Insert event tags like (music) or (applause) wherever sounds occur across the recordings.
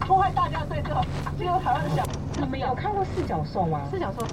破坏大家对这个这个台湾的想，你们有看过四角兽吗？四角兽。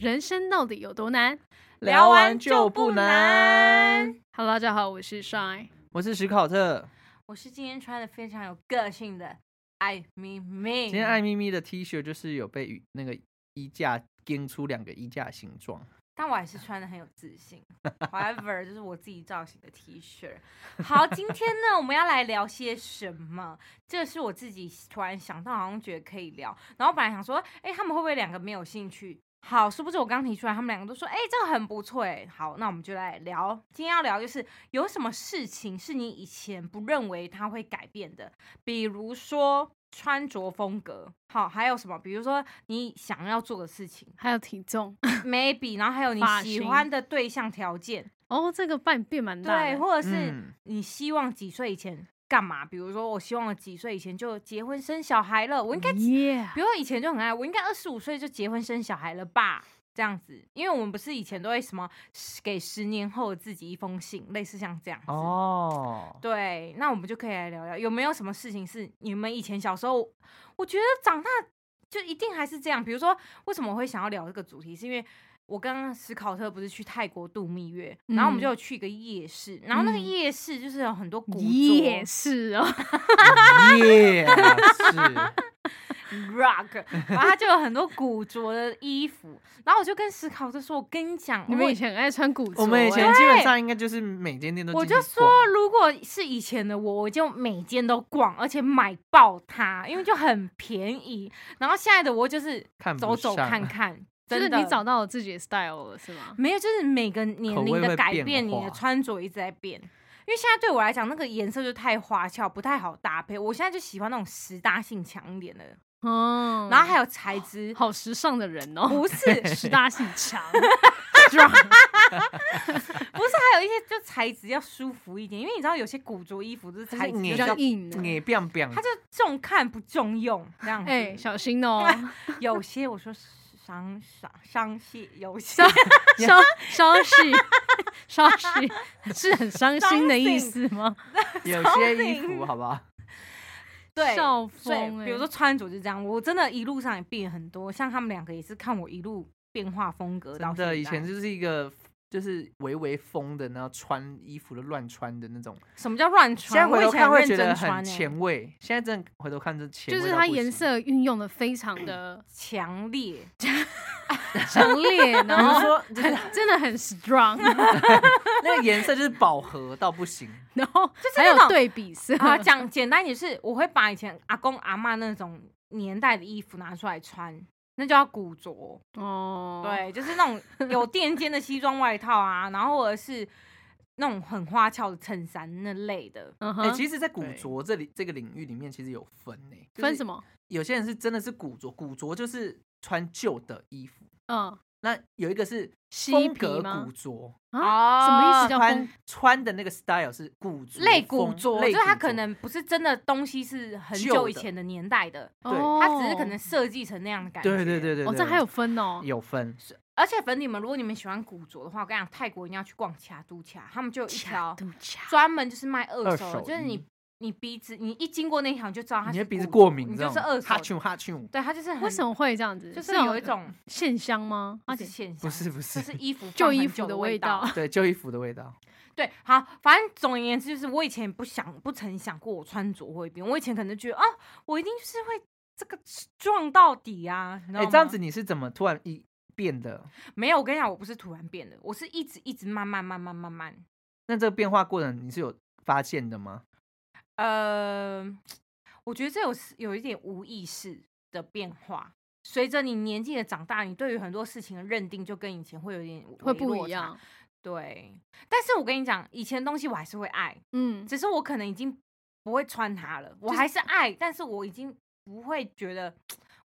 人生到底有多难？聊完就不难。 Hello，大家好，我是 Shine。我是史考特，我是今天穿的非常有个性的艾咪咪。今天艾咪咪的 T 恤就是有被雨那个衣架钉出两个衣架形状，但我还是穿的很有自信。However，就是我自己造型的 T 恤。好，今天呢，我们要来聊些什么？这是我自己突然想到，好像觉得可以聊。然后本来想说，哎、他们会不会两个没有兴趣？好，殊不知我刚提出来，他们两个都说，哎、这个很不错，哎，好，那我们就来聊。今天要聊就是有什么事情是你以前不认为它会改变的，比如说穿着风格，好，还有什么？比如说你想要做的事情。还有体重 (laughs) maybe，然后还有你发喜型欢的对象条件，哦，这个变变蛮大对，的。或者是嗯你希望几岁以前干嘛？比如说，我希望我几岁以前就结婚生小孩了，我嗯应该，比耶如我以前就很爱，我应该二十五岁就结婚生小孩了吧？这样子，因为我们不是以前都会什么给十年后的自己一封信，类似像这样子。 (laughs) 哦，对，那我们就可以来聊聊，有没有什么事情是你们以前小时候？我觉得长大就一定还是这样。比如说，为什么我会想要聊这个主题，是因为我刚刚史考特不是去泰国度蜜月，然后我们就有去一个夜市，然后那个嗯夜市就是有很多古着、也是哦，耶、是 rock，然后它就有很多古着的衣服，然后我就跟史考特说：“我跟你讲， (laughs) 你我们以前很爱穿古着欸，我们以前基本上应该就是每间店都我进去就说逛，如果是以前的我，我就每间都逛，而且买爆它，因为就很便宜。然后现在的我就是看不走走上啊看 (laughs) 看，就真是的你找到了自己的 style 了，是吗？没有，就是每个年口味龄的会改变变，你化的穿着一直在变。因为现在对我来讲，那个颜色就太花俏，不太好搭配。我现在就喜欢那种实搭性强一点的，哦，然后还有材质，好时尚的人哦， (laughs) (laughs) 不是十大性 (laughs) 强，不是，还有一些就材质要舒服一点。因为你知道有些古着衣服就是它是材质硬比就较是，硬的。你 biang biang，它就重看不重用这样子。哎，小心哦， (laughs) 有些我说伤伤伤心，有些伤伤伤 (laughs) 心，伤心 (laughs) 是很伤心的意思吗？有些衣服好不好？对。校所风以，欸，比如说穿着就这样，我真的一路上也变很多。像他们两个也是看我一路变化风格到真现在。的，以前就是一个就是微微风的，然后穿衣服的乱穿的那种。什么叫乱现在穿？回我以头前看会认觉真得穿很欸前卫，现在真的回头看这前就卫到不是它行，颜色运用的非常的强烈，强烈，然比后如 (laughs) 说很真的很 strong，那个颜色就是饱和到不行。然后就是还有那种对比色， (laughs) 啊，讲简单点是，我会把以前阿公阿嬷那种年代的衣服拿出来穿，那叫古着。哦，对，就是那种有垫肩的西装外套啊，然后或者是那种很花俏的衬衫那类的。嗯哎、哼，其实，在古对着这里这个领域里面，其实有分呢、分什么？么？有些人是真的是古着，古着就是穿旧的衣服。嗯那有一个是嬉风皮格吗古着，啊，哦什么意思叫穿风？穿的那个 style 是古着类风古着，类就是它古着可能不是真的东西，是很旧久以的前的年代的，对哦它只是可能设计成那样的感觉。对对对对，哦，对这还有分哦，有分，而且粉底们，如果你们喜欢古着的话，我跟你讲，泰国一定要去逛卡都卡，他们就有一条度假专门就是卖二二手的，手就是衣你你鼻子，你一经过那条你就知道它你啊是的鼻子古过着敏，你这就样是二手哈的。啾哈 (laughs) 啾，对，它就是很为什么会这样子？就是有一种现象吗？啊不而是且现象，不是不是就是衣服旧放衣很服久的味味道。对旧衣服的味道。对，好，反正总而言之，就是我以前不想、不曾想过我穿着会变。我以前可能觉得啊，我一定就是会这个撞到底啊，你知道哎、吗？这样子你是怎么突然一变的？没有，我跟你讲，我不是突然变的，我是一直一直慢慢慢慢慢慢，那这个变化过程你是有发现的吗？呃，我觉得这有有一点无意识的变化。随着你年纪的长大，你对于很多事情的认定就跟以前会有点会微不落一差样。对，但是我跟你讲，以前东西我还是会爱，嗯，只是我可能已经不会穿它了，我还是爱，但是我已经不会觉得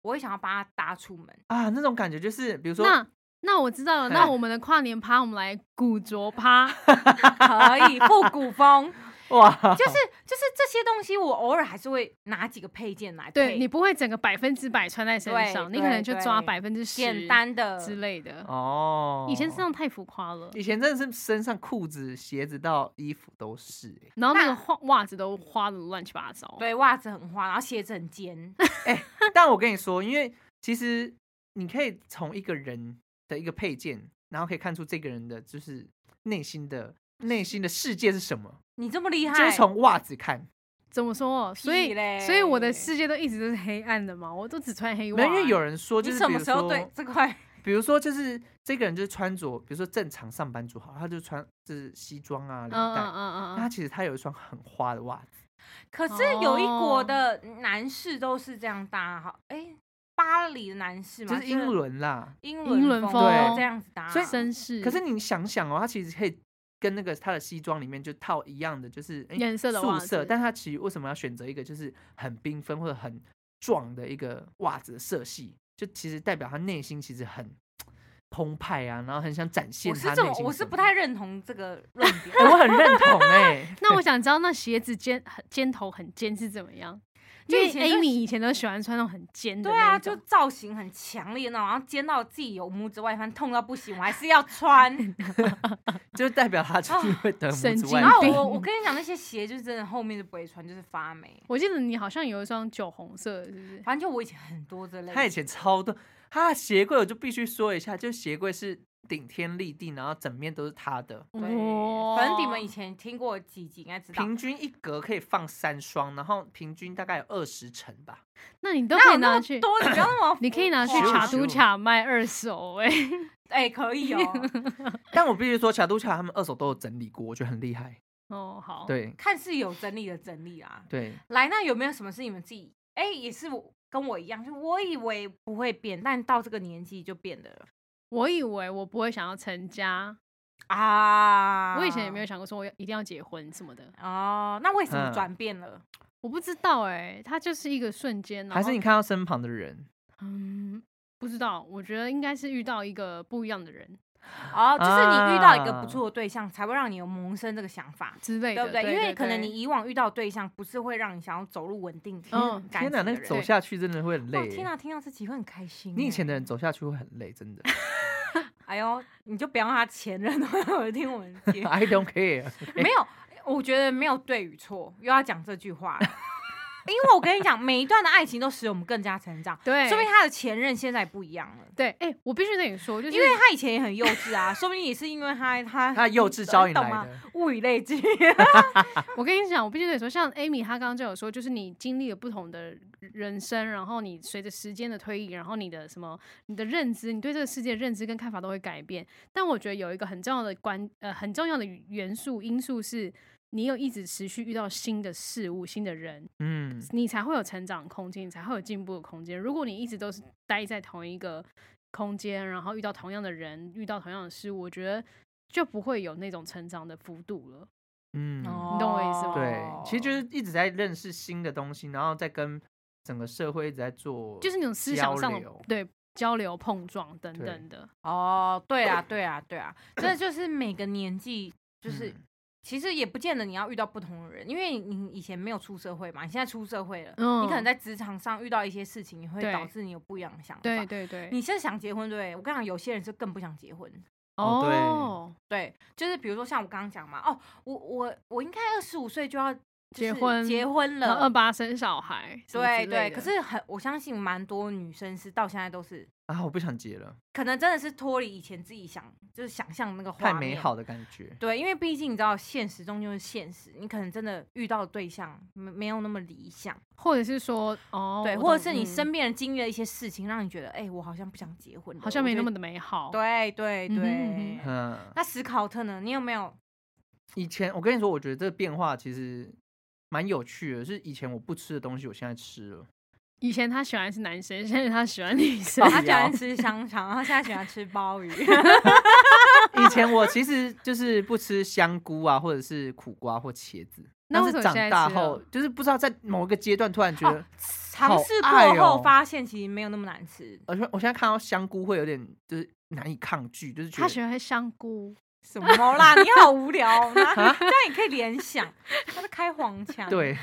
我会想要把它搭出门。 (laughs) 啊，那种感觉就是，比如说，那那我知哎道了，那嗯我们的跨年趴，我们来古着 (laughs) 趴，可以复古 (laughs) 风，哇，就是就是这些东西，我偶尔还是会拿几个配件来对配，你不会整个百分之百穿在身对上，你可能对就抓对百分之十简单的之类的。哦，以前身上太浮夸了，以前真的是身上裤子、鞋子到衣服都是、 (laughs) 欸，然后那那个花袜子都花的乱七八糟。，对袜子很花，然后鞋子 (laughs) 很尖，哎但我跟你说，因为其实你可以从一个人的一个配件，然后可以看出这个人的就是内心的内心的世界是什么，你这么厉害，就是从袜子看。怎么说？哦所以屁嘞所以我的世界都一直都是黑暗的嘛，我都只穿黑袜没欸。有，因为有人说，就你是什比么如时候对说，这块？比如说就是这个人就是穿着，比如说正常上班族好，他就穿就是西装啊、领嗯嗯带，嗯嗯那嗯他其实他有一双很花的袜子。可是有一哦国的男士都是这样搭，好，哎，巴黎的男士嘛，就是英伦啦。英英伦风伦都这样子搭，所以绅士。可是你想想哦，他其实可以跟那个他的西装里面就套一样的，就是诶颜色的袜素子色，但他其实为什么要选择一个就是很缤纷或者很壮的一个袜子的色系？就其实代表他内心其实很澎湃啊，然后很想展现我是他这内么心。我是不太。认同这 (laughs) 个论点，哎、我很认同哎、那我想知道，那鞋子尖很尖头很尖是怎么样？因就为以前就 Amy 以前都喜欢穿那种很尖的对那啊，一种，就造型很强烈那种，然后尖到自己有拇指外翻，痛到不行，我还是要 (laughs) 穿。就代表他就是会得神拇指经外然后病。啊我我跟你讲，那些鞋就是真的后面就不会穿，就是发霉。我记得你好像有一双酒红色的，是不是？反正就我以前很多这类，他以前超多，他的鞋柜我就必须说一下，就鞋柜是顶天立地，然后整面都是他的，对哇反正你们以前听过几集应该知道。平均一格可以放三双，然后平均大概有二十层吧。那你都哪可有以那拿么去，多，你不要那么浮夸。 (coughs) 你可以拿去15卡十都五卡卖二手哎、 (laughs) 哎，可以哦，但我必须说，卡都卡他们二手都有整理过，我觉得很厉害。哦，好，，对看是有整理的整理啊。对，来，那有没有什么是你们自己？哎，也是我跟我一样，就我以为不会变，但到这个年纪就变了我以为我不会想要成家，啊。我以前也没有想过说我要一定要结婚什么的，哦，那为什么嗯转变了？我不知道哎、它就是一个瞬间，然还是后你看到身旁的人，嗯，不知道，我觉得应该是遇到一个不一样的人哦，就是你遇到一个啊不错的对象，才会让你有萌生这个想法。之类的，对不对？因为可能对你以往遇到的对象不是会让你想要走入稳定嗯天感情哪，的人那个走下去真的会很哇累天欸。哪，听到这集会很开心欸。你以前的人走下去会很累，真的。 (laughs) 哎呦，你就不要让他前任 (laughs) 有听我们节 I don't care。 (laughs) 没有，我觉得没有对与错，又要讲这句话了。因为我跟你讲，每一段的爱情都使我们更加成长。 (laughs) 对说明他的前任现在不一样了，对，哎、我必须得说，就是因为他以前也很幼稚啊，说不定也是因为他他他幼稚招引你懂来吗的，物以类聚。我跟你讲，我必须得说，像 Amy 她刚刚就有说，就是你经历了不同的人生，然后你随着时间的推移，然后你的什么，你的认知，你对这个世界的认知跟看法都会改变。但我觉得有一个很重要的关，呃，很重要的元素因素是，你有一直持续遇到新的事物、新的人，嗯，你才会有成长空间，你才会有进步的空间。如果你一直都是待在同一个空间，然后遇到同样的人，遇到同样的事物，我觉得就不会有那种成长的幅度了。 (laughs) 嗯，哦你懂我意思吗对，其实就是一直在认识新的东西，然后再跟整个社会一直在做，就是那种思想上交的流对交流碰撞等对等的，哦，对啊，对啊，对啊，这就是每个年纪，就是、嗯其实也不见得你要遇到不同的人，因为你以前没有出社会嘛，你现在出社会了，嗯你可能在职场上遇到一些事情，你会对导致你有不一样的想法。对对对，你是想结婚对？我跟你讲，有些人是更不想结婚。哦对哦，对，就是比如说像我刚刚讲嘛，哦，我我我应该二十五岁就要就是结婚结婚然后二了，八生小孩，什么对之类对。的可是很，我相信蛮多女生是到现在都是啊，我不想结了，可能真的是脱离以前自己想就是想象的那个画太面美好的感觉。对，因为毕竟你知道，现实中就是现实，你可能真的遇到的对象没没有那么理想，或者是说哦，对，我或者懂是你嗯身边人经历了一些事情，让你觉得，哎、我好像不想结婚了，好像没我那觉么得的美好，对对嗯哼对。嗯哼嗯，那史考特呢？你有 (laughs) 没有？以前我跟你说，我觉得这个变化其实蛮有趣的，是以前我不吃的东西，我现在吃了。以前他喜欢是男生，现在他喜欢女生哦。他喜欢有吃香肠，然后现在喜欢吃 (laughs) 鲍鱼。以前我其实就是不吃香菇啊，或者是苦瓜或茄子。那但为什是么长现在大吃了哦后，就是不知道在某一个阶段突然觉得，尝试爱过哦后发现，其实没有那么难吃。而且我现在看到香菇会有点就是难以抗拒，就是觉他喜得欢香菇，什么啦？你好无聊、哦，哪这样也可以联想，他在开黄腔。，对，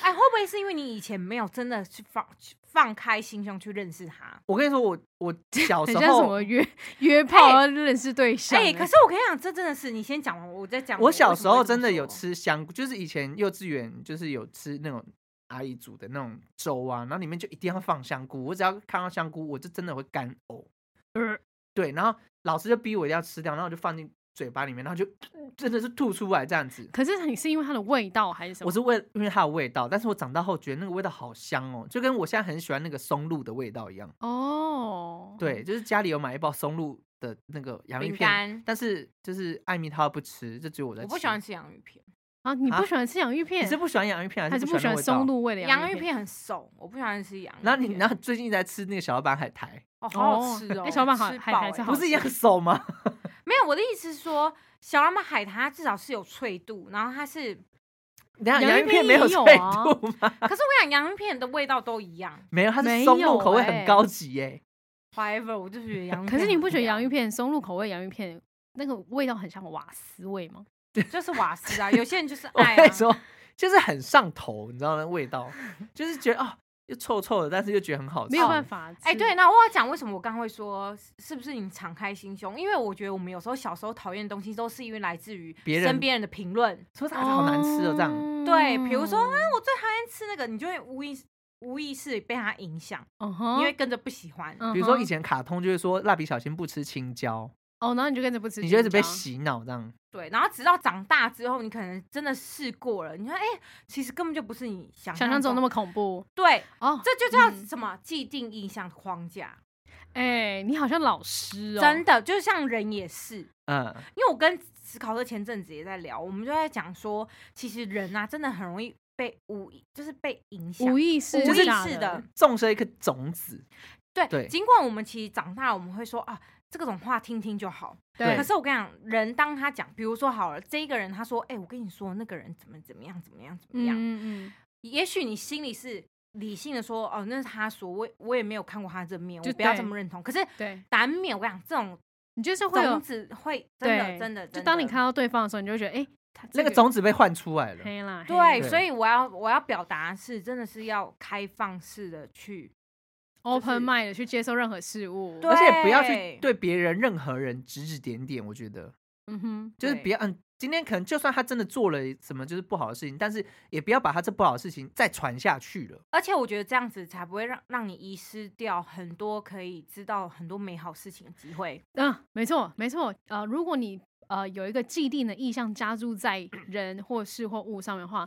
哎，会不会是因为你以前没有真的去放去放开心胸去认识他？我跟你说，我 (laughs) 我小很时像什候么，约约炮要认识对象欸。哎、可是我跟你讲，这真的是你先讲完，我再讲。我小时候真的有吃。吃香菇，就是以前幼稚园就是有吃那种阿姨煮的那种粥啊，然后里面就一定要放香菇，我只要看到香菇，我就真的会干呕。嗯呃对，然后老师就逼我一定要吃掉，然后我就放进嘴巴里面，然后就 (clears throat) 真的是吐出来这样子。可是你是因为它的味道还是什么？我是为因为它的味道，但是我长大后觉得那个味道好香哦，就跟我现在很喜欢那个松露的味道一样。哦，对，就是家里有买一包松露的那个洋芋饼片，干，但是就是艾米她不吃，就只有我在吃。我不喜欢，吃洋芋片，啊，你不啊喜欢吃洋芋片你是，不喜欢洋芋片还是不喜欢那味道松？露味的洋芋芋？片很瘦，我不喜欢吃洋芋片。然后你，然后最近一直在吃那个小老板海苔，哦，好好吃哦！哎小板好吃海饱苔哎是好不是一样熟吗？ (laughs) 没有我的意思是说，小辣妹海苔它至少是有脆度，然后它是，等一下洋洋芋芋片片没也有有脆啊度 (laughs) 吗？可是我想洋芋片的味道都一样。没有，它没是松有露口味很欸高级耶。 However，我就是觉得洋芋片，可是你不觉得洋芋芋片松露口味洋芋片那个味道很像瓦斯味吗？就是瓦斯啊？有些人就是 (laughs) 我哎爱跟啊你，说，就是很上头，你知道那 (laughs) 味道，就是觉得哦，又臭臭的，但是又觉得很好吃。没哦有办，法，哎、对，，那我要讲为什么我刚刚会说是是不是你敞开心胸？因为我觉得我们有时候小时候讨厌的东西，都是因为来自于别人身边人的评论。说它好难吃哦，这样。对，比如说啊哦，我最讨厌吃那个，你就会无意识无意识被它影响，嗯哼，你会跟着不喜欢。嗯哼比如说以前卡通就会说蜡笔小新不吃青椒，哦，然后你就跟着不吃青你椒，就一直被洗脑这样。对，然后直到长大之后，你可能真的试过了，你说哎、其实根本就不是你想想象中那么么恐怖对，哦。这就叫嗯什么既定印象框架。哎，你好像老师哦，真的，就像人也是，嗯，因为我跟史考特前阵子也在聊，我们就在讲说，其实人啊，真的很容易被无意，就是被影响。无意识无意下识的，种下一颗种子，对，对尽管我们其实长大了，我们会说啊，这种话听听就好。对可是我跟你讲，人当他讲，比如说好了，这一个人他说，哎、我跟你说，那个人怎么怎么样，怎么样，怎么嗯样，嗯也许你心里是理性的说，哦，那是他说，我也我也没有看过他这面，就我不要对这么认同。可是嗯，对，难免我跟你讲这种你就是会有种子会真的对真的，就真当你的看到对方的时候，你就会觉得哎，他那个种子被换出来了。黑啦，黑啦对，对所以我要我要表达的是，真的是要开放式的去， open mind 的去接受任何事物，对而且不要去对对别人、任何人指指点点，我觉得嗯哼，就是对不要嗯，今天可能就算他真的做了什么就是不好的事情，但是也不要把他这不好的事情再传下去了。而且我觉得这样子才不会让让你遗失掉很多可以知道很多美好事情的机会。嗯，没错没错，呃，如果你呃有一个既定的意向加注在 (clears throat) 人或事或物上面的话，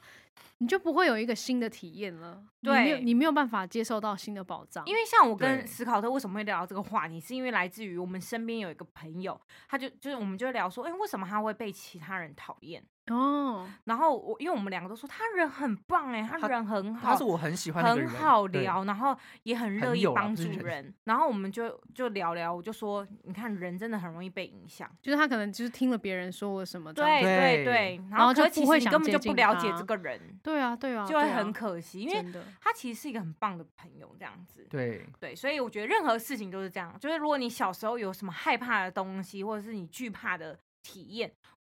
你就不会有一个新的体验了，你没有对你没有办法接受到新的宝藏，因为像我对跟史考特为什么会聊到这个话题，是因为来自于我们身边有一个朋友，他就就是我们就会聊说，哎、为什么他会被其他人讨厌？哦，然后我因为我们两个都说他人很棒哎、他他人很好，他是我很喜欢的一个很人，好对，聊，然后也很乐朋意友啦帮不助是人。人然后我们就就聊聊，我就说，你看人真的很容易被影响。就是他可能就是听了别人说了什么这样对子，对对对，然后后可就是其不会实想你根本接就不近了解他这个人，对啊对啊，就会对啊很可惜，因为真的他其实是一个很棒的朋友，这样子。对，对，所以我觉得任何事情都是这样，就是如果你小时候有什么害怕的东西，或者是你惧怕的体验，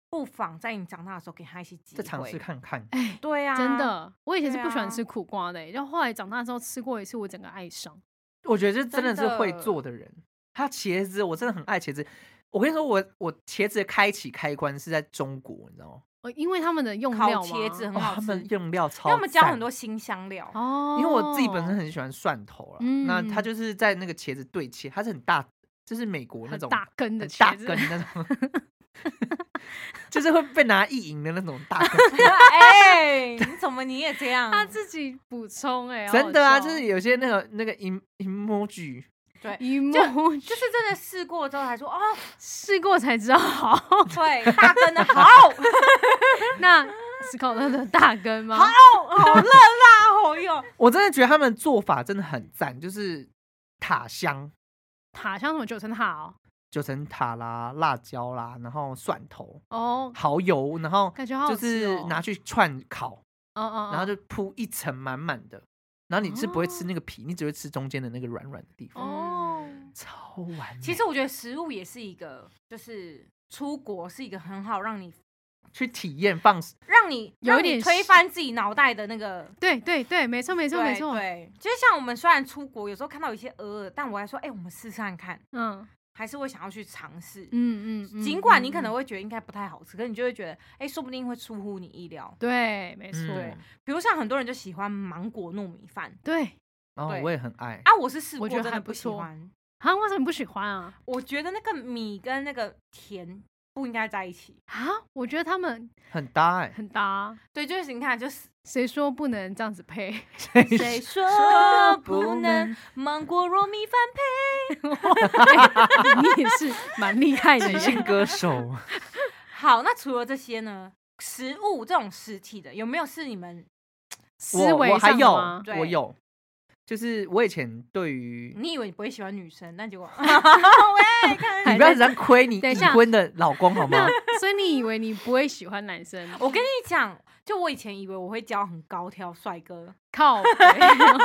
不妨在你长大的时候给他一些机再尝会试。看看。对啊，哎真，的，我以前是对不喜欢啊吃苦瓜的欸、然后后来长大之后吃过一次，我整个爱上。我觉得这真真的是会的做的人。他茄子，我真的很爱茄子。我跟你说，我我茄子的开启开关是在中国，你知道吗？哦，因为他们的用烤料茄子吗哦，很嗯好他吃，们用料超，因为我们加很多，新香料，哦，因为我自己本身很喜欢蒜头了，那它嗯就是在那个茄子对切，它是很大，就是美国那很种大根的很大茄根 (laughs) 子，那种，就是会被拿意淫的那种大 (laughs) 根，哎，你怎么你也这样？他自己补充哎、好真的好啊，笑就是有些那个那个 em emoji，一幕 (laughs) 就是真的试过之后才说哦，试过才知道 (laughs) 好。对，大根的好那史考特的大根吗？好好热辣好哟，我真的觉得他们做法真的很赞，就是塔香。塔像什么九层塔哦，九层塔啦、辣椒啦，然后蒜头、哦，蚝油，然后感觉好好就吃哦是拿去串烤，哦哦，然后就就铺一层满满的，然后你是不会吃那个皮，你只会吃中间的那个软软的地方，哦，超完美。嗯其实我觉得食物也是一个，就是出国是一个很好让你去体验放让你有一让你点推是翻自己脑袋的那个。对对对，没错没错没对错，对，就是像我们虽然出国有时候看到有一些鹅，但我还说，哎、我们试试看看，嗯还是会想要去尝试。嗯嗯嗯，尽管你嗯可能嗯会觉得应该不太好吃，可是你就会觉得，哎、说不定会出乎你意料。对，没错，嗯，比如像很多人就喜欢芒果糯米饭对然后对我也很爱，啊，我是试我过，觉得真的还不不喜错欢。啊，为什么你不喜欢啊？我觉得那个米跟那个甜不应该在一起。啊，我觉得他们很搭哎、很搭啊，对，就是你看，就是谁说不能这样子配？ (laughs) (laughs) 谁说说不不能能芒果糯米饭配？你也是蛮厉害的 (laughs) 即兴耶，歌手好，那除了这些呢？食物这种实体的有没有是你们思我维我还上的有吗？对我有，就是我以前对于你以为你不会喜欢女生，但结果 (laughs) 喂，看你不要这样亏你等一已下婚的老公好吗？所以你以为你不会喜欢男 (laughs) 生？我跟你讲，就我以前以为我会交很高挑帅哥，靠北，哦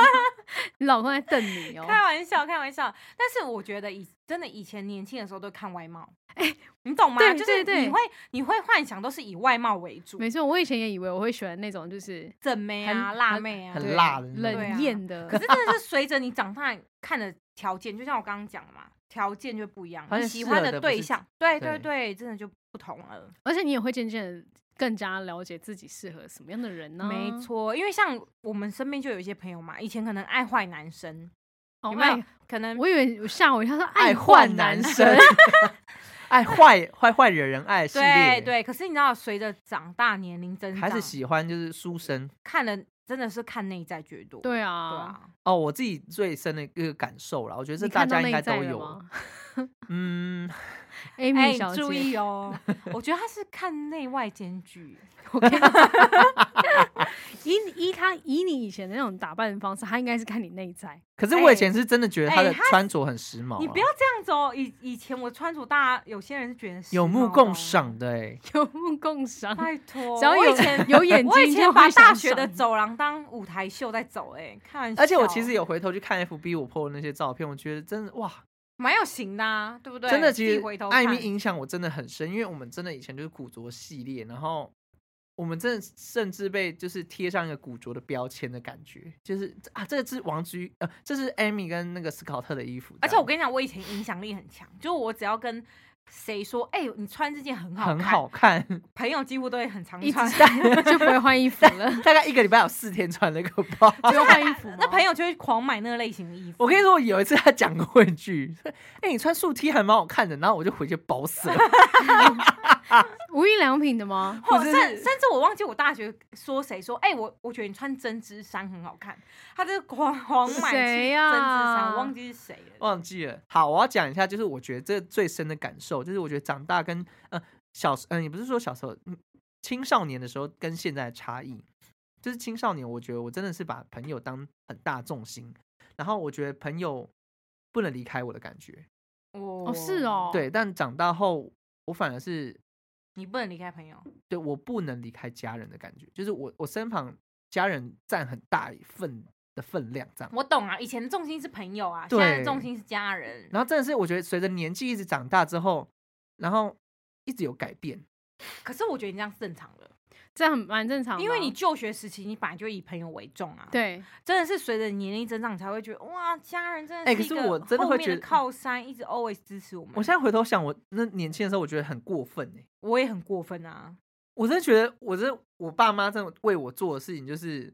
你老公在瞪你哦。开玩笑，开玩笑。但是我觉得以真的以前年轻的时候都看外貌， (laughs) 哎、你懂吗？对就是对对你会你会幻想都是以外貌为主，没错，我以前也以为我会喜欢那种就是正妹啊、很辣很妹啊，很对辣的那种，对啊冷艳的，可是真的是随着你长大看的条件，就像我刚刚讲的嘛，条件就不一样，发你现喜适欢合的的不对是象，对对对对，真的就不同了。而且你也会渐渐地更加了解自己适合什么样的人呢、没，哦错，因为像我们身边就有一些朋友嘛，以前可能爱坏男生，哦、有没有爱？可能我以为我吓我一跳，说 (laughs) 爱换换男生生， (laughs) 爱坏坏坏惹人爱系列，对，对，可是你知道，随着长大年龄增还长，是喜欢就是书生看了真的是看内在居多。 (laughs) 对对啊，啊，哦。我自己最深的一个感受啦，我觉得这你大看到家内应该在都了有。 (laughs) 吗嗯， ？Amy 哎小，姐，注意哦，我觉得他是看内外兼具。我跟你以以她以你以前的那种打扮方式，她应该是看你内在。可是我哎以前是真的觉得哎他的他穿着很时髦啊，你不要这样子哦，以以前我穿着，大家有些人是觉得时有目髦的共哦赏的哎，有目共赏， (laughs) 拜托，只要我有以 (laughs) 前有眼睛，我以前把大学的，走廊当舞台秀在走、哎，看玩笑，而且我其实有回头去看 FB 我 PO 的那些照片，我觉得真的哇，蛮有型的、啊，对不对？真的自其己实回头艾看米影响我真的很深，因为我们真的以前就是古着系列，然后我们真的甚至被就是贴上一个古着的标签的感觉，就是啊，这是王居呃，这是艾米跟那个斯考特的衣服，而且这我样跟你讲，我以前影响力很强，就是我只要跟谁说，哎、你穿这件很好看，很好看，朋友几乎都会很常一穿直。 (laughs) 戴就不会换衣服了。大概一个礼拜有四天穿那个包。 (laughs) 不用换衣服吗那朋友就会狂买那个类型的衣服。我跟你说，我有一次他讲过一句，说哎、你穿竖 T 还蛮好看的，然后我就回去包死了。无印良品的吗？或哦或者甚是甚至我忘记我大学说谁说，哎、我我觉得你穿针织衫很好看，他就狂狂买谁去呀针织衫，啊我忘记是谁了。忘记了。好，我要讲一下，就是我觉得这最深的感受，就是我觉得长大跟呃小时，嗯、也不是说小时候，嗯青少年的时候跟现在的差异，就是青少年，我觉得我真的是把朋友当很大重心，然后我觉得朋友不能离开我的感觉。哦哦，是，哦，，对，但长大后，我反而是你不能离开朋友。对我不能离开家人的感觉，就是我我身旁家人占很大一份的分量这样。我懂啊，以前的重心是朋友啊，现在的对重心是家人。然后真的是我觉得随着年纪一直长大之后，然后一直有改变。可是我觉得你这样是正常的，这样很蛮正常的啊，因为你就学时期你本来就以朋友为重啊。，对真的是随着年龄增长，你才会觉得哇，家人真的哎可是一是个我真的后会面觉的得靠山，一直嗯 always 支持我们。我现在回头想，我那年轻的时候，我觉得很过分哎、我也很过分啊，我真的觉得，我真的我爸妈真的为我做的事情就是，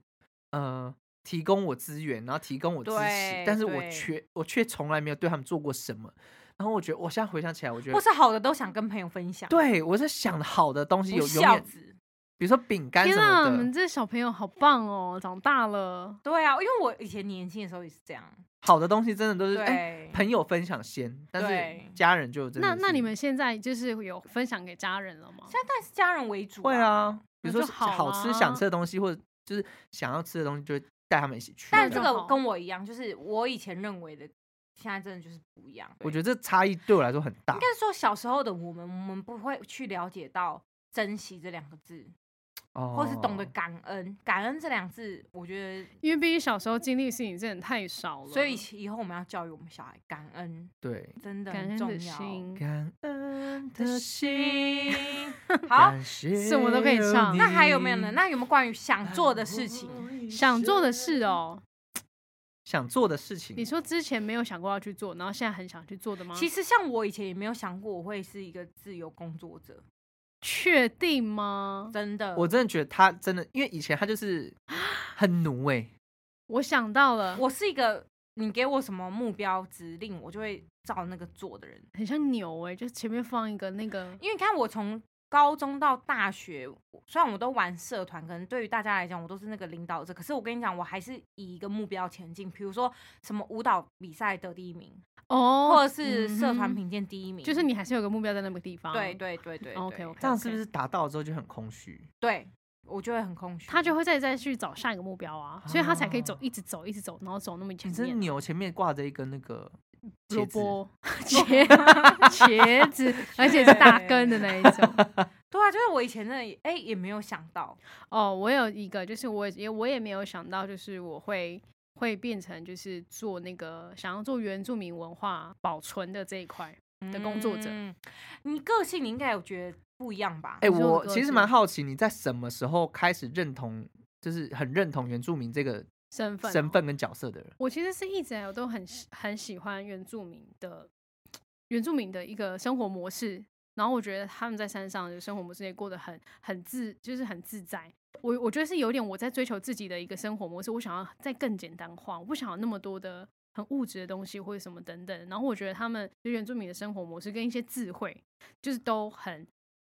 呃，提供我资源，然后提供我知识对，但是我对却我却从来没有对他们做过什么。然后我觉得，我现在回想起来，我觉或得，是好的都想跟朋友分享，，对我在想好的东西不有永孝远，子。比如说饼干什天啊，你么们的，这小朋友好棒哦，长大了。对啊，因为我以前年轻的时候也是这样。好的东西真的都是哎、对，朋友分享先，但是对家人就真的那那是你们现在就是有分享给家人了吗？现在但是家人为主。会，啊，比如那说就好好吃啊想吃的东西，或者就是想要吃的东西，就会带他们一起去。但这样就个好跟我一样，就是我以前认为的，现在真的就是不一样。我觉得这差异对我来说很大应该。是说小时候的我们，我们不会去了解到珍惜这两个字，哦，或是懂得感恩。感恩这两字，我觉得，因为毕竟小时候经历的事情真的太少了，所以以后我们要教育我们小孩感恩，对真的感很恩重的要。心。感恩的的心。嗯好，感谢有你，什么都可以唱那还有没有呢？那有没有关于想做的事情？情想做的事，哦，想做的事情你。说之前没有想过要去做，然后现在很想去做的吗？其实像我以前也没有想过我会是一个自由工作者，确定吗？真的。我真的觉得他真的，因为以前他 (gasps) 就是很奴哎、我想到了，我是一个你给我什么目标指令，我就会照那个做的人。很像牛哎、就是前面放一个那个，因为你看我从高中到大学，虽然我都玩社团，可能对于大家来讲我都是那个领导者，可是我跟你讲，我还是以一个目标前进，比如说什么舞蹈比赛得第一名，哦，或者是社嗯团哼评鉴第一名，就是你啊还是有个目标在那个地方。对对对对 OK，OK 这样是不是达到之后就很空虚？对我就会很空虚，他就会再再去找下一个目标啊，所以他才可以哦走，一直走，一直走，然后走那么前你这面。啊牛前面挂着一根那个萝茄子， (laughs) 卜、茄茄子，而且是大根的那一 (laughs) 种。对啊，就是我以前真的也哎、也没有想到，哦，我有一个，就是我也我也没有想到，就是我会会变成就是做那个想要做原住民文化保存的这一块。的工作者嗯你个性你应该有觉得不一样吧？哎、你说我我的其歌实是蛮好奇你在什么时候开始认同，就是很认同原住民这个身份哦身份跟角色的人。我其实是一直以来我都很喜很喜欢原住民的原住民的一个生活模式，然后我觉得他们在山上的生活模式也过得很很自，就是很自在。我我觉得是有点我在追求自己的一个生活模式，我想要再更简单化，我不想要那么多的很物质的东西或者什么等等。然后我觉得他们就原住民的生活模式跟一些智慧，就是都很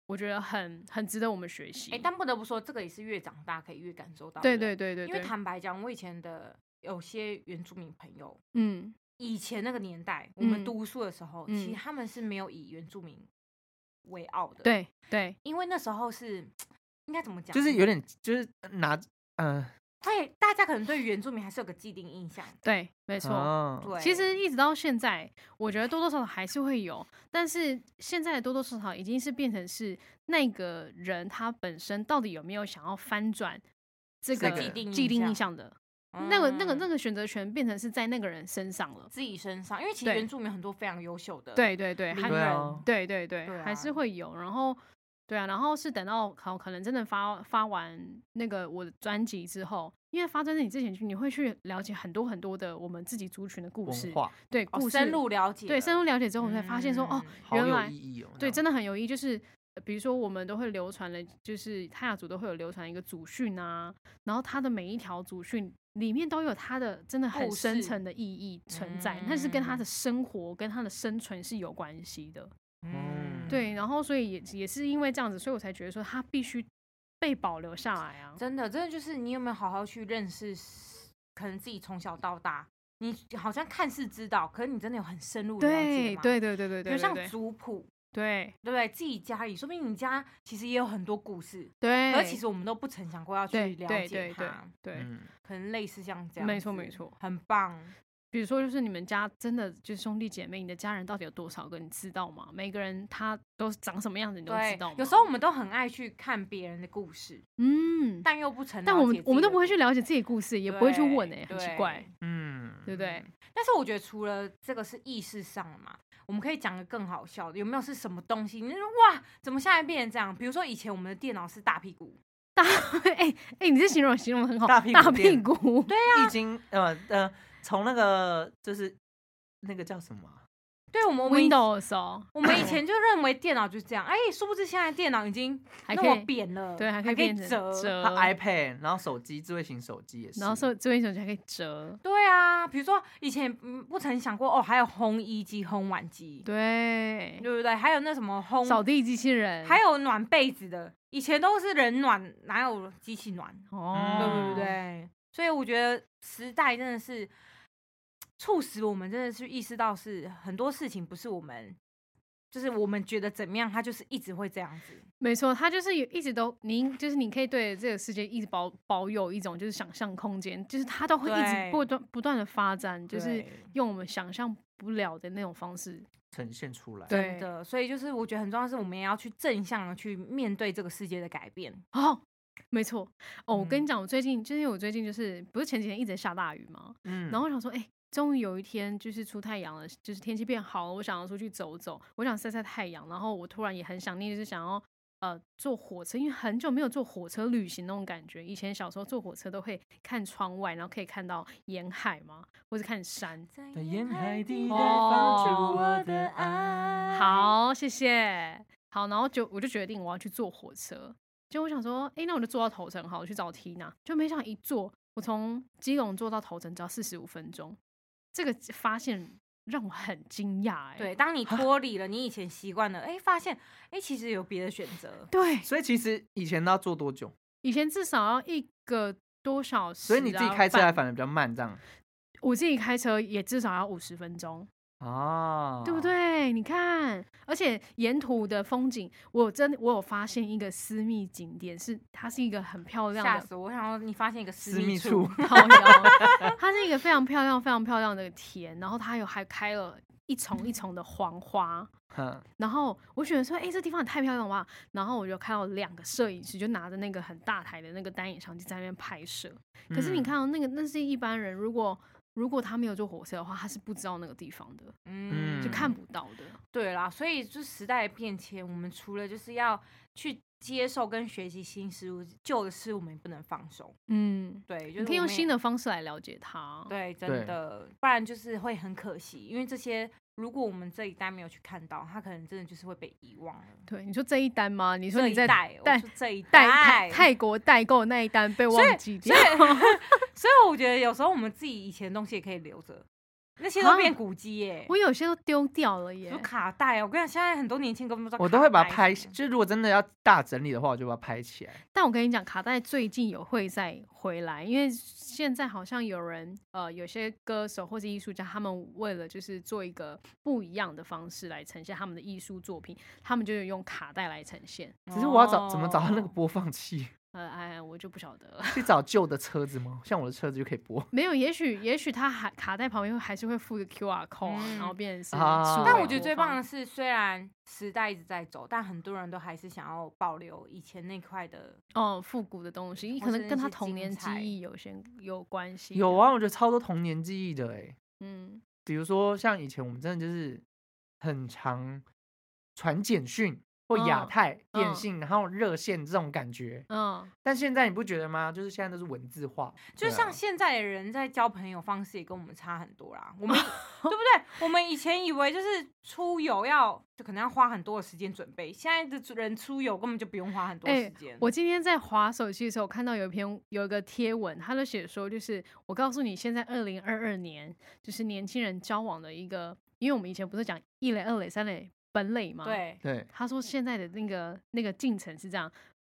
我觉得很很值得我们学习。哎、但不得不说，这个也是越长大可以越感受到的。对对对对对，因为坦白讲，我以前的有些原住民朋友，嗯以前那个年代，我嗯们读书的时候，其嗯实他们是没有以原住民为傲的。，对对因为那时候是应该怎么讲，就是有点，就是拿，嗯、会大家可能对原住民还是有个既定印象。对，没没错。哦对，哦其实一直到现在，我觉得多多少少还是会有，但是现在的多多少少已经是变成是那个人他本身到底有没有想要翻转这这个个既定既印定印象嗯象的，那个那个那个个选择权变成是在那个人身上了。自己身上，因为其实对原住民很多非常优秀的，，对对对，名还对人啊对对对，呃对还是啊会有。然后对啊，然后是等到可可能真的发发完那个我的专辑之后，因为发专辑之前你会去了解很多很多的我们自己族群的故事文，化，对哦故事、深入了解了，对深入了解之后，我才发现说、哦，好原有来意义哦。对，这真样的很有意义。就是呃比如说，我们都会流传的，就是泰雅族都会有流传一个祖训啊，然后它的每一条祖训里面都有它的真的很故深事层的意义存在，那是跟他的生活跟他的生存是有关系的。嗯，对，然后所以也也是因为这样子，所以我才觉得说它必须被保留下来啊。真的，真的就是你有没有好好去认识，可能自己从小到大，你好像看似知道，可是你真的有很深入了解对嘛？对对对对比对，对如像对族谱，对对不对？自己家里，说不定你家其实也有很多故事，对，而其实我们都不曾想过要去对了对解对对它，对，嗯，可能类似像这样子，没错没错很棒。比如说，就是你们家真的就是兄弟姐妹，你的家人到底有多少个？你知道吗？每个人他都长什么样子，你都知对道吗，？有时候我们都很爱去看别人的故事，嗯，但又不曾了解自己的但我们故事，我们都不会去了解自己故事，也不会去问对诶、很奇对怪，嗯，对不对？但是我觉得除了这个是意识上的嘛，我们可以讲个更好笑的，有没有是什么东西？你就说哇，怎么现在变成这样？比如说以前我们的电脑是大屁股，大嗯 (laughs) 哎哎，你这形容形容得很好，大屁股大屁店股， (laughs) 易经呃呃，从那个就是那个叫什么啊对我们我们以 Windows 哦，我们以前就认为电脑就是这样，哎，殊不知现在电脑已经 (laughs) 还那可么以扁了，对，还可可以变成折。折它 iPad，然后手机智慧型手机也是，呃然后手智慧手机还可以折，对啊，比如说以前嗯不曾想过哦，还有烘衣机、烘碗机，对，对不对？还有那什么扫烘，地机器人，还有暖被子的，以前都是人暖，哪有机器暖？哦，对嗯不？对？所以我觉得时代真的是促使我们真的是意识到，是很多事情不是我们，就是我们觉得怎么样，它就是一直会这样子。没错，它就是有一直都，您就是你可以对这个世界一直保保有一种就是想象空间，就是它都会一直对不断不断的发展，就是对用我们想象不了的那种方式。呈现出来。对真的，所以就是我觉得很重要，是我们也要去正向的去面对这个世界的改变。哦，没错。哦，我跟嗯你讲，我最近就是因为我最近就是不是前几天一直在下大雨吗？嗯，然后我想说，哎、终于有一天就是出太阳了，就是天气变好了，我想要出去走走，我想晒晒太阳。然后我突然也很想念，就是想要呃坐火车，因为很久没有坐火车旅行那种感觉。以前小时候坐火车都会看窗外，然后可以看到沿海嘛，或是看山。在沿海地带放哦出我的爱。，好，谢谢。好，然后就我就决定我要去坐火车。结果我想说，诶，那我就坐到头城好了，我去找 Tina。就没想到一坐，我从基隆坐到头城只要四十五分钟，这个发现让我很惊讶、欸诶，对，当你脱离了你以前习惯了，哎，发现哎，其实有别的选择。对，所以其实以前都要做多久？以前至少要一个多小时、啊，所以你自己开车还半反而比较慢，这样我自己开车也至少要五十分钟。啊，对不？对？你看，而且沿途的风景，我真的我有发现一个私密景点，是它是一个很漂亮吓的死我！我想说，你发现一个私私密处，处 (laughs) 靠腰，哦它是一个非常漂亮、非常漂亮的田，然后它有还开了一丛一丛的黄花。哼然后我觉得说，哎、这地方也太漂亮了吧！然后我就看到两个摄影师就拿着那个很大台的那个单眼相机在那边拍摄。可是你嗯看到那个，那是一般人，如果如果他没有坐火车的话，他是不知道那个地方的，嗯，就看不到的。对啦，所以就时代的变迁，我们除了就是要去接受跟学习新事物，旧的事物我们也不能放手。嗯，对，就是你可以用我们也新的方式来了解它。对，对真的，不然就是会很可惜，因为这些如果我们这一代没有去看到，它可能真的就是会被遗忘了。对，你说这一单吗？你说这你一在代，我代说这一代泰代，泰国代购那一单被所以忘记掉。所以我觉得有时候我们自己以前的东西也可以留着，那些都变啊古迹耶、我有些都丢掉了什耶么。卡带，哦我跟你讲，现在很多年轻人根本不知道。嗯我都会把它拍，就是如果真的要大整理的话，我就把它拍起来。但我跟你讲，卡带最近有会再回来，因为现在好像有人呃，有些歌手或是艺术家，他们为了就是做一个不一样的方式来呈现他们的艺术作品，他们就有用卡带来呈现。只是我要找怎么找到那哦个播放器？ (laughs) 呃，哎，我就不晓得了。 (laughs) 去找旧的车子吗？像我的车子就可以播。没有，也许也许他还卡带旁边会还是会附一个 QR code，、啊嗯然后变成是数位播啊放。但我觉得最棒的是，虽然时代一直在走，但很多人都还是想要保留以前那块的。哦，复古的东西，或可是能那跟他些童精年记彩忆有些有关系。有，啊，我觉得超多童年记忆的哎、嗯，比如说像以前我们真的就是很常传简讯或亚嗯太电嗯信，然后热线这种感觉。嗯，但现在你不觉得吗？就是现在都是文字化，就对啊像现在的人在交朋友方式也跟我们差很多啦， (laughs) 我们对不对？我们以前以为就是出游要就可能要花很多的时间准备，现在的人出游根本就不用花很多哎时间。我今天在划手机的时候，我看到有一篇有一个贴文，他就写说，就是我告诉你，现在二零二二年就是年轻人交往的一个，因为我们以前不是讲一垒、二垒、三垒、本垒嘛，。 (laughs) 对嗯对，他说现在的那个那个进程是这样，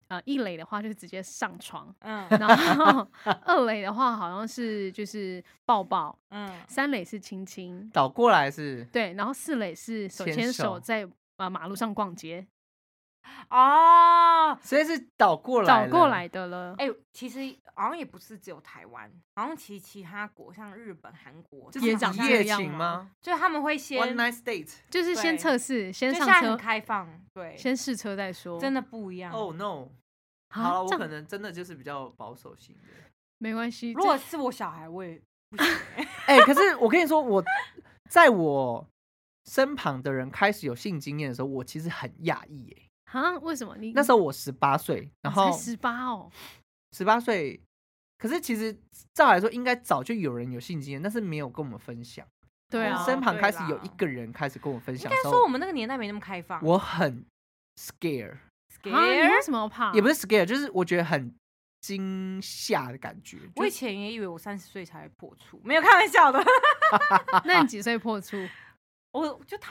呃，一垒的话就是直接上 (laughs) 床，嗯然后二垒的话好像是就是抱抱，嗯，三垒是亲亲，倒过来是对，然后四垒是手牵牵手手在啊、呃马路上逛街，哦，所以是倒过来找了，过来的了。哎、其实好像也不是只有台湾，好像其其他国像日本、韩国就他是也们长好一像这夜样情吗就他们会先？One night state。就是先对测试，先就现上在很车，开放，对，先试车再说。真的的不一样。 Oh no！啊好了，我这可样能真的就是比较保守型的。没关系。如这果是我小孩，我也哎、可是我跟你说，我在我身旁的人开始有性经验的时候，我其实很讶异耶。啊，为什么你那时候我十八岁，然后十八哦？十八岁，可是其实照来说应该早就有人有性经验，但是没有跟我们分享。对啊，身旁对开始有啦一个人开始跟我分应享该的时说我候，们那个年代没那么开放。我很 scare，啊，你 scare，为什么要怕？也不是 scare，就是我觉得很惊吓的感觉。我以就前也以为我三十岁才破处，没有开玩笑的。 (laughs) 啊那你几岁破处？我就他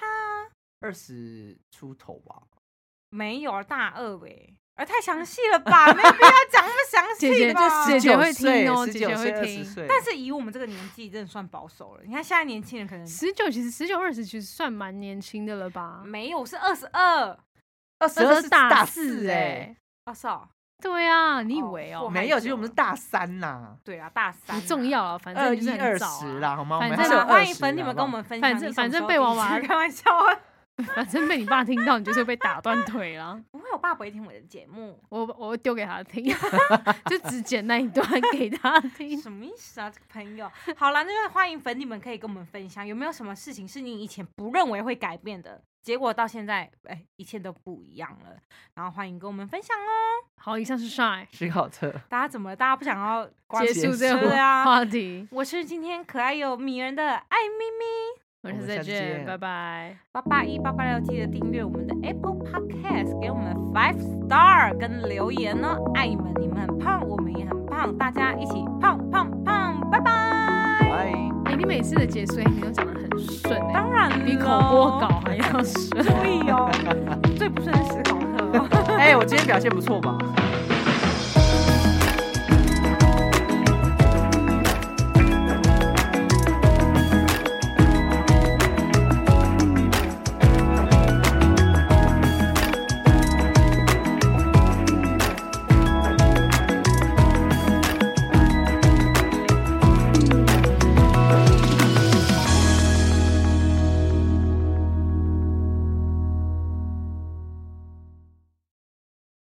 二十出头吧，没有大二哎、而太详细了吧？没有必要讲那么详姐姐细吧？这姐姐会19岁听哦姐姐19岁会听20岁但是以我们这个年纪，真的算保守了。你看现在年轻人可能十九其实十九二十其实算蛮年轻的了吧？嗯没有，是二十二，二十二是大四哎、哎，二十二，对啊，你以哦为我哦、没有，其实我们是大三呐，对啊，大三、不重。要啊，反正二就一是二很早、啊、十啦，好吗？我反们还好是有啦，正二欢十迎，粉你们跟我们分享反你正什么时反候第一次。正被娃娃开玩笑啊， (laughs) 反正被你爸听到，你就是被打断腿了。不会，我爸不会听我的节目，我我丢给他听， (laughs) 就只剪那一段给他听。 (laughs) 什么意思啊？这个朋友，好啦，那就是欢迎粉你们可以跟我们分享，有没有什么事情是你以前不认为会改变的，结果到现在，哎、一切都不一样了。然后欢迎跟我们分享哦。好，以上是 Shy 史考特， (laughs) 大家怎么，大家不想要关结束这个对啊话题，我是今天可爱又迷人的艾咪咪，我我们下次们再下次见，见拜拜。八八一八八六，记得订阅我们的 Apple Podcast，给我们 five star 跟留言哦，爱你们，你们很胖，我们也很胖，大家一起胖胖胖，拜拜。拜。哎、你每次的结束你都讲得很顺、欸，当然比口播咯稿还要顺。 (laughs) 对哦，最不顺是考特。哎，我今天表现不错吧？